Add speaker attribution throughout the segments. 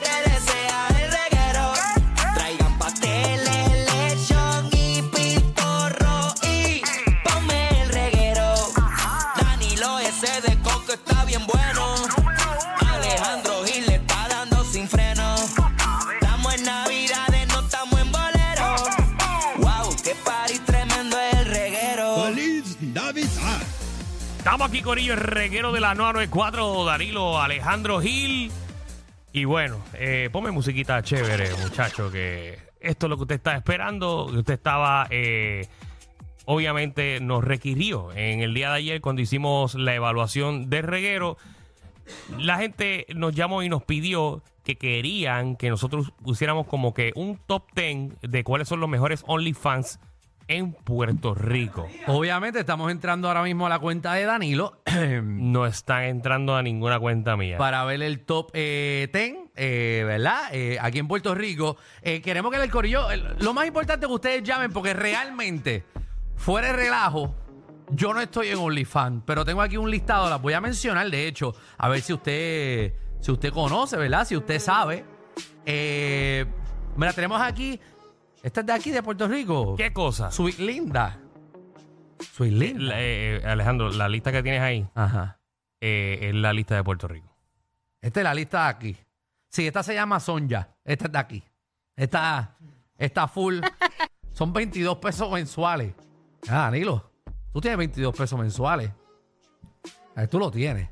Speaker 1: te desea el reguero. Traigan pasteles, lechón y pitorro y ponme el reguero. Danilo ese de coco está bien bueno. Alejandro Gil le está dando sin freno. Estamos en Navidades, no estamos en bolero. Wow, qué party tremendo el reguero.
Speaker 2: Feliz Navidad.
Speaker 3: Estamos aquí, Corillo, el reguero de la 994, Danilo Alejandro Gil. Y bueno, eh, ponme musiquita chévere, muchacho, que esto es lo que usted está esperando, que usted estaba, eh, obviamente, nos requirió en el día de ayer cuando hicimos la evaluación del reguero. La gente nos llamó y nos pidió que querían que nosotros pusiéramos como que un top 10 de cuáles son los mejores OnlyFans en Puerto Rico.
Speaker 4: Obviamente estamos entrando ahora mismo a la cuenta de Danilo
Speaker 3: no están entrando a ninguna cuenta mía.
Speaker 4: para ver el top eh, 10, eh, ¿verdad? Eh, aquí en Puerto Rico. Eh, queremos que el corillo, el- lo más importante es que ustedes llamen porque realmente, fuera de relajo, yo no estoy en OnlyFans, pero tengo aquí un listado, las voy a mencionar, de hecho, a ver si usted, si usted conoce, ¿verdad? Si usted sabe. Eh, mira, tenemos aquí, esta es de aquí, de Puerto Rico.
Speaker 3: ¿Qué cosa?
Speaker 4: Sweet Linda. Sweet Linda.
Speaker 3: La- eh, eh, Alejandro, la lista que tienes ahí
Speaker 4: Ajá.
Speaker 3: eh, es la lista de Puerto Rico.
Speaker 4: Esta es la lista de aquí. Sí, esta se llama Sonja. Esta es de aquí. Esta, esta full. Son 22 pesos mensuales. Ah, Danilo, tú tienes 22 pesos mensuales. Ahí tú lo tienes.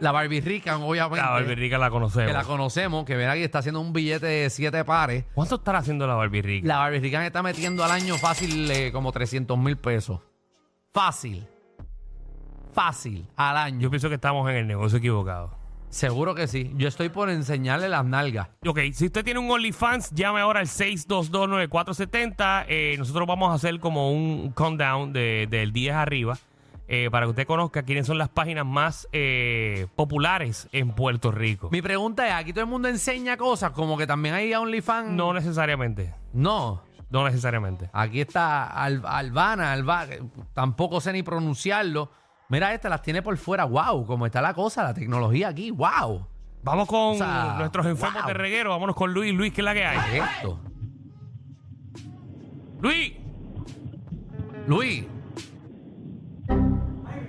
Speaker 4: La Barbie Rican, obviamente.
Speaker 3: La Barbirrica la
Speaker 4: Que
Speaker 3: conocemos.
Speaker 4: la conocemos, que ven aquí, está haciendo un billete de 7 pares.
Speaker 3: ¿Cuánto estará haciendo la Barbirrica?
Speaker 4: La Barbie Rican está metiendo al año fácil eh, como 300 mil pesos. Fácil. Fácil. Al año.
Speaker 3: Yo pienso que estamos en el negocio equivocado.
Speaker 4: Seguro que sí. Yo estoy por enseñarle las nalgas.
Speaker 3: Ok, si usted tiene un OnlyFans, llame ahora al 6229470. Eh, nosotros vamos a hacer como un countdown de- del 10 arriba eh, para que usted conozca quiénes son las páginas más eh, populares en Puerto Rico.
Speaker 4: Mi pregunta es, aquí todo el mundo enseña cosas, como que también hay OnlyFans.
Speaker 3: No necesariamente.
Speaker 4: No.
Speaker 3: No necesariamente.
Speaker 4: Aquí está Al- Albana, Alba, tampoco sé ni pronunciarlo. Mira, esta las tiene por fuera. Wow, como está la cosa, la tecnología aquí. Wow.
Speaker 3: Vamos con
Speaker 4: O sea,
Speaker 3: nuestros enfermos
Speaker 4: wow. ¿Eh?
Speaker 3: de reguero. Vámonos con Luis. Luis, ¿qué es la que hay?
Speaker 4: ¿Qué es esto?
Speaker 3: Luis.
Speaker 4: Luis.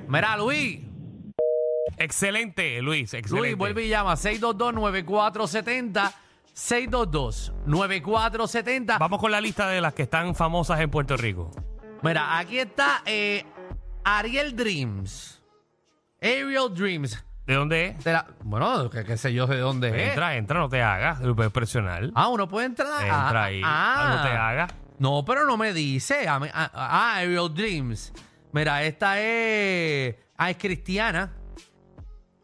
Speaker 4: Mira, Luis.
Speaker 3: Excelente, Luis. Excelente.
Speaker 4: Luis, vuelve y llama 622-9470. 622-9470.
Speaker 3: Vamos con la lista de las que están famosas en Puerto Rico.
Speaker 4: Mira, aquí está eh, Ariel Dreams. Ariel Dreams.
Speaker 3: ¿De dónde es?
Speaker 4: Te la- bueno, qué qué sé yo de dónde es.
Speaker 3: Entra, entra, no te hagas. Lo puedes presionar.
Speaker 4: ¿Eh? Ah, uno puede entrar.
Speaker 3: entra
Speaker 4: Ah,
Speaker 3: ahí.
Speaker 4: ah.
Speaker 3: no te hagas.
Speaker 4: No, pero no me dice. Ah, me- ah, ah, Aerial Dreams. Mira, esta es. Ah, es cristiana.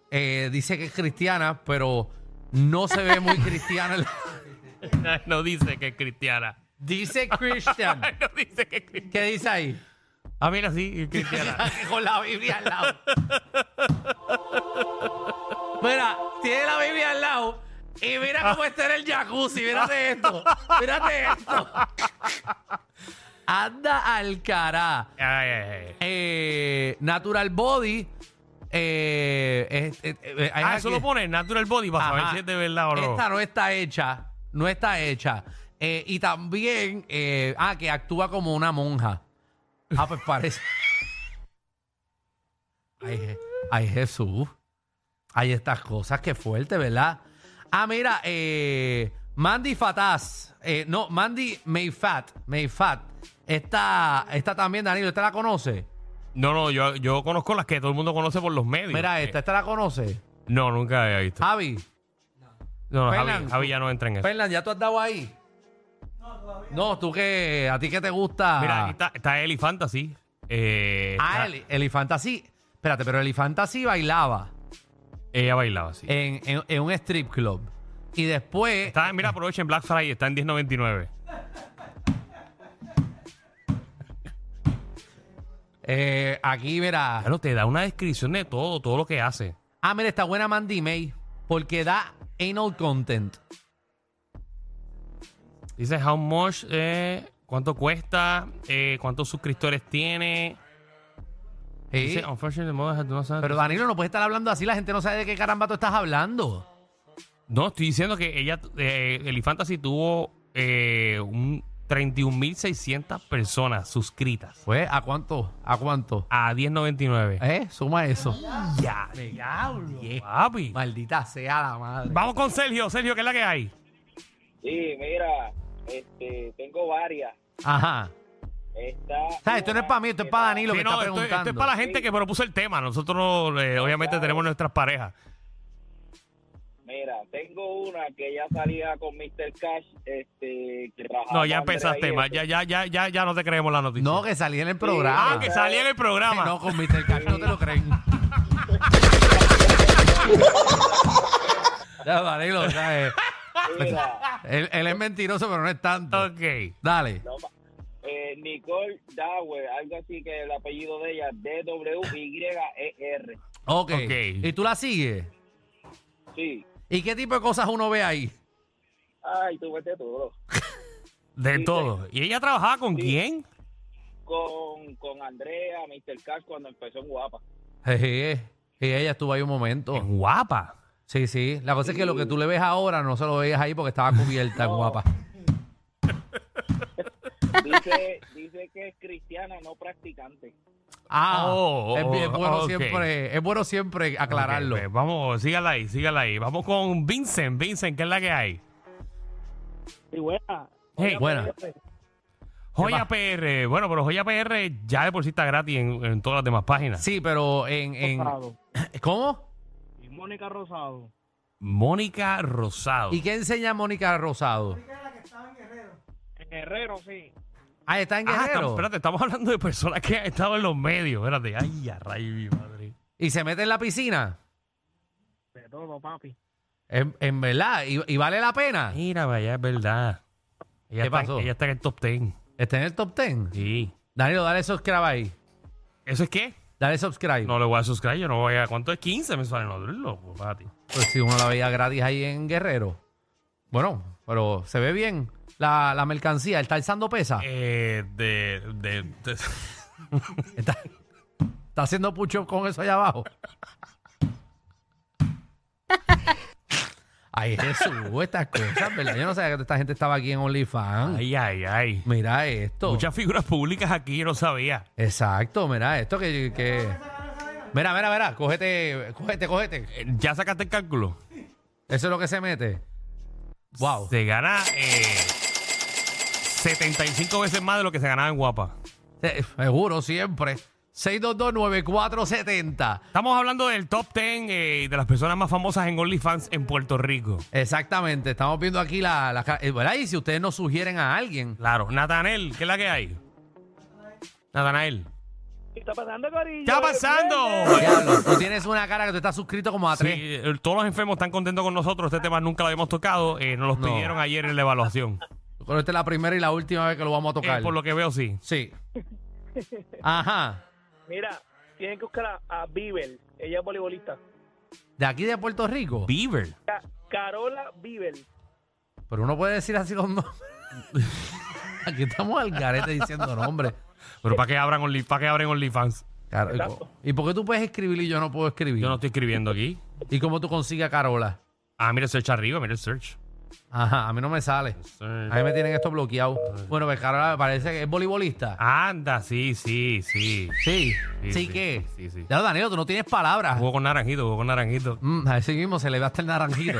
Speaker 4: Eh, dice que es cristiana, pero no se ve muy cristiana.
Speaker 3: no dice que es cristiana.
Speaker 4: dice Christian.
Speaker 3: no dice que es cristiana.
Speaker 4: ¿Qué dice ahí?
Speaker 3: Ah, mira, sí, es cristiana.
Speaker 4: Con la Biblia al lado. Mira, tiene la Biblia al lado. Y mira cómo está en el jacuzzi. Mírate esto. Mírate esto. Anda al cará.
Speaker 3: Ay, ay, ay.
Speaker 4: Eh, Natural Body. Eh, es- es- es- hay
Speaker 3: Ah, eso
Speaker 4: aquí-
Speaker 3: lo pone en Natural Body para saber
Speaker 4: Ajá.
Speaker 3: si es de verdad o no.
Speaker 4: Esta no está hecha. No está hecha. Eh, y también, eh, ah, que actúa como una monja. Ah, pues parece. ay, Je- ay, Jesús. Hay estas cosas, qué fuerte, ¿verdad? Ah, mira, eh, Mandy Fataz. eh, no, Mandy Mayfat. Mayfat. Esta, esta también, Danilo, ¿usted la conoce?
Speaker 3: No, no, yo, yo conozco las que todo el mundo conoce por los medios.
Speaker 4: Mira esta,
Speaker 3: Eh,
Speaker 4: ¿esta la conoce?
Speaker 3: No, nunca había visto.
Speaker 4: Javi,
Speaker 3: no, no, Javi,
Speaker 4: Fernan,
Speaker 3: Javi ya no entra en eso.
Speaker 4: Fernan, ¿ya tú has dado ahí? No, No, tú que a ti que te gusta.
Speaker 3: Mira, aquí está, está Eli Fantasy. Eh,
Speaker 4: Ah,
Speaker 3: está-
Speaker 4: el, el Fantasy. Espérate, pero el Fantasy bailaba
Speaker 3: Ella bailaba así.
Speaker 4: en, en- en un strip club. Y después.
Speaker 3: Está, mira, aprovechen Black Friday, está en 10.99.
Speaker 4: eh, aquí verás.
Speaker 3: Claro, te da una descripción de todo, todo lo que hace.
Speaker 4: Ah, mira, está buena Mandy May. Porque da anal content.
Speaker 3: Dice how much, eh, cuánto cuesta, eh, cuántos suscriptores tiene.
Speaker 4: Sí.
Speaker 3: Dice, oh, unfortunately, the model has no said-
Speaker 4: pero Danilo, no puedes estar hablando así. La gente no sabe de qué caramba tú estás hablando.
Speaker 3: No, estoy diciendo que ella, eh, Eli Fantasy tuvo eh, un 31.600 personas suscritas
Speaker 4: Pues, ¿a cuánto? ¿A cuánto?
Speaker 3: a 10.99.
Speaker 4: ¿Eh? Suma eso.
Speaker 3: Ya, diablo,
Speaker 4: Eh.
Speaker 3: papi.
Speaker 4: Maldita sea la madre.
Speaker 3: Vamos con Sergio, Sergio, ¿qué es la que hay?
Speaker 5: Sí, mira, este, tengo varias.
Speaker 4: Ajá.
Speaker 5: Está.
Speaker 4: O sea, esto no es para mí, esto es para Danilo
Speaker 3: Sí,
Speaker 4: que
Speaker 3: no,
Speaker 4: está
Speaker 3: esto,
Speaker 4: preguntando.
Speaker 3: esto es para la gente que propuso el tema. Nosotros, eh, obviamente, tenemos nuestras parejas.
Speaker 5: Mira, tengo una que ya salía con Mr. Cash, este. que
Speaker 3: No,
Speaker 5: rajaba
Speaker 3: ya
Speaker 5: a Andrea
Speaker 3: empezaste,
Speaker 5: y
Speaker 3: ma,
Speaker 5: eso.
Speaker 3: Ya, ya, ya, ya, ya no te creemos la noticia.
Speaker 4: No, que salí en el programa.
Speaker 3: ah, que salía en el programa.
Speaker 4: no, con Mr. Cash no te lo creen. ya, Danilo, o sea, eh,
Speaker 5: Mira,
Speaker 4: él, él es mentiroso, pero no es tanto.
Speaker 3: Ok.
Speaker 4: Dale.
Speaker 5: no, pa- eh, Nicole Dower, algo así que el apellido de ella, E D-W-Y-E-R.
Speaker 4: Ok.
Speaker 3: Ok.
Speaker 4: ¿Y tú la sigues?
Speaker 5: Sí.
Speaker 4: ¿Y qué tipo de cosas uno ve ahí?
Speaker 5: Ay, tú vete todo.
Speaker 3: De
Speaker 5: Sí,
Speaker 3: todo. ¿Y ella trabajaba con
Speaker 5: Sí.
Speaker 3: quién?
Speaker 5: Con, con Andrea, Mr. Cash, cuando empezó en Guapa.
Speaker 4: Jeje. Y ella estuvo ahí un momento.
Speaker 3: En guapa.
Speaker 4: Sí, sí. La cosa es que lo que tú le ves ahora no se lo veías ahí porque estaba cubierta,
Speaker 3: Oh.
Speaker 5: No.
Speaker 4: guapa.
Speaker 5: Dice, dice que es cristiana, no practicante.
Speaker 4: Ah,
Speaker 3: Oh,
Speaker 4: es, bien- es bueno
Speaker 3: ok.
Speaker 4: siempre, es bueno siempre aclararlo.
Speaker 3: Ok, pues, vamos, sígala ahí, sígala ahí. Vamos con Vincent, Vincent, ¿qué es la que hay?
Speaker 6: Sí, buena.
Speaker 3: Hey,
Speaker 6: Hola,
Speaker 4: buena.
Speaker 6: Pepe.
Speaker 3: Joya
Speaker 4: pasa?
Speaker 3: PR. Bueno, pero Joya PR ya de por sí está gratis en, en todas las demás páginas.
Speaker 4: Sí, pero en, en-
Speaker 6: Rosado.
Speaker 4: ¿Cómo?
Speaker 6: Y Mónica Rosado.
Speaker 3: Mónica Rosado.
Speaker 4: ¿Y qué enseña Mónica Rosado?
Speaker 6: En Herrero, sí.
Speaker 4: Ah, está en
Speaker 3: Ah,
Speaker 4: Guerrero.
Speaker 3: estamos- espérate, estamos hablando de personas que han estado en los medios. Espérate, ay, a rayo, mi madre.
Speaker 4: y se mete en la piscina.
Speaker 6: De todo, papi.
Speaker 4: En, en verdad, y, y vale la pena.
Speaker 3: Mira, vaya, es verdad. Ella
Speaker 4: ¿Qué
Speaker 3: está,
Speaker 4: pasó?
Speaker 3: Ella está en el top 10.
Speaker 4: Está en el top 10.
Speaker 3: Sí.
Speaker 4: Danilo, dale subscribe ahí.
Speaker 3: ¿Eso es qué?
Speaker 4: Dale subscribe.
Speaker 3: No le voy a suscribir, yo no voy a. ¿Cuánto es 15 mensuales? No, tú eres loco, papi.
Speaker 4: Pues si uno la veía gratis ahí en Guerrero. Bueno, pero se ve bien la, la mercancía. Está alzando pesa.
Speaker 3: Eh, de, de, de-
Speaker 4: Está, está haciendo pucho con eso allá abajo. Ay, Jesús, estas cosas, ¿verdad? Yo no sabía que esta gente estaba aquí en OnlyFans.
Speaker 3: Ay, ay, ay.
Speaker 4: Mira esto.
Speaker 3: Muchas figuras públicas aquí, yo no sabía.
Speaker 4: Exacto, mira esto que... que- Mira, mira, mira, cógete, cógete, cógete.
Speaker 3: Eh, ¿Ya sacaste el cálculo?
Speaker 4: Eso es lo que se mete. Wow.
Speaker 3: Se gana eh, 75 veces más de lo que se ganaba en Guapa.
Speaker 4: Eh, Seguro, siempre. 6229470.
Speaker 3: Estamos hablando del top 10 eh, y de las personas más famosas en OnlyFans en Puerto Rico.
Speaker 4: Exactamente, estamos viendo aquí la... la ca- eh, ¿verdad? Y si ustedes nos sugieren a alguien...
Speaker 3: Claro. Natanel, ¿qué es la que hay? Natanel.
Speaker 6: ¿Qué está pasando, Corillo?
Speaker 3: ¿Qué está pasando?
Speaker 4: Diablo, tú tienes una cara que tú estás suscrito como a
Speaker 3: Sí,
Speaker 4: tres.
Speaker 3: eh, todos los enfermos están contentos con nosotros. Este tema nunca lo habíamos tocado. Eh, nos los
Speaker 4: No.
Speaker 3: pidieron ayer en la evaluación.
Speaker 4: Pero esta es la primera y la última vez que lo vamos a tocar.
Speaker 3: Eh, por lo que veo, sí.
Speaker 4: Sí. Ajá.
Speaker 6: Mira, tienen que buscar a, a Bieber. Ella es voleibolista.
Speaker 4: De aquí de Puerto Rico.
Speaker 3: Bieber.
Speaker 6: Ca- Carola Bieber.
Speaker 4: Pero uno puede decir así los nombres. aquí estamos al garete diciendo nombres.
Speaker 3: Pero ¿para qué, abran Only- para qué abren OnlyFans?
Speaker 4: Car-
Speaker 6: Exacto.
Speaker 4: ¿Y por qué tú puedes escribir y yo no puedo escribir?
Speaker 3: Yo no estoy escribiendo aquí.
Speaker 4: ¿Y cómo tú consigues a Carola?
Speaker 3: Ah, mira el search arriba, mira el search.
Speaker 4: Ajá, a mí no me sale.
Speaker 3: Search.
Speaker 4: A mí me tienen esto bloqueado. Bueno, pues Carola me parece que es voleibolista.
Speaker 3: Anda, sí, sí, sí.
Speaker 4: Sí.
Speaker 3: Ah, Sí,
Speaker 4: Sí,
Speaker 3: sí.
Speaker 4: que.
Speaker 3: Sí, sí.
Speaker 4: Ya, Danilo, tú no tienes palabras.
Speaker 3: Jugó con naranjito, jugó con naranjito.
Speaker 4: Mm, a ese mismo se le ve hasta el naranjito.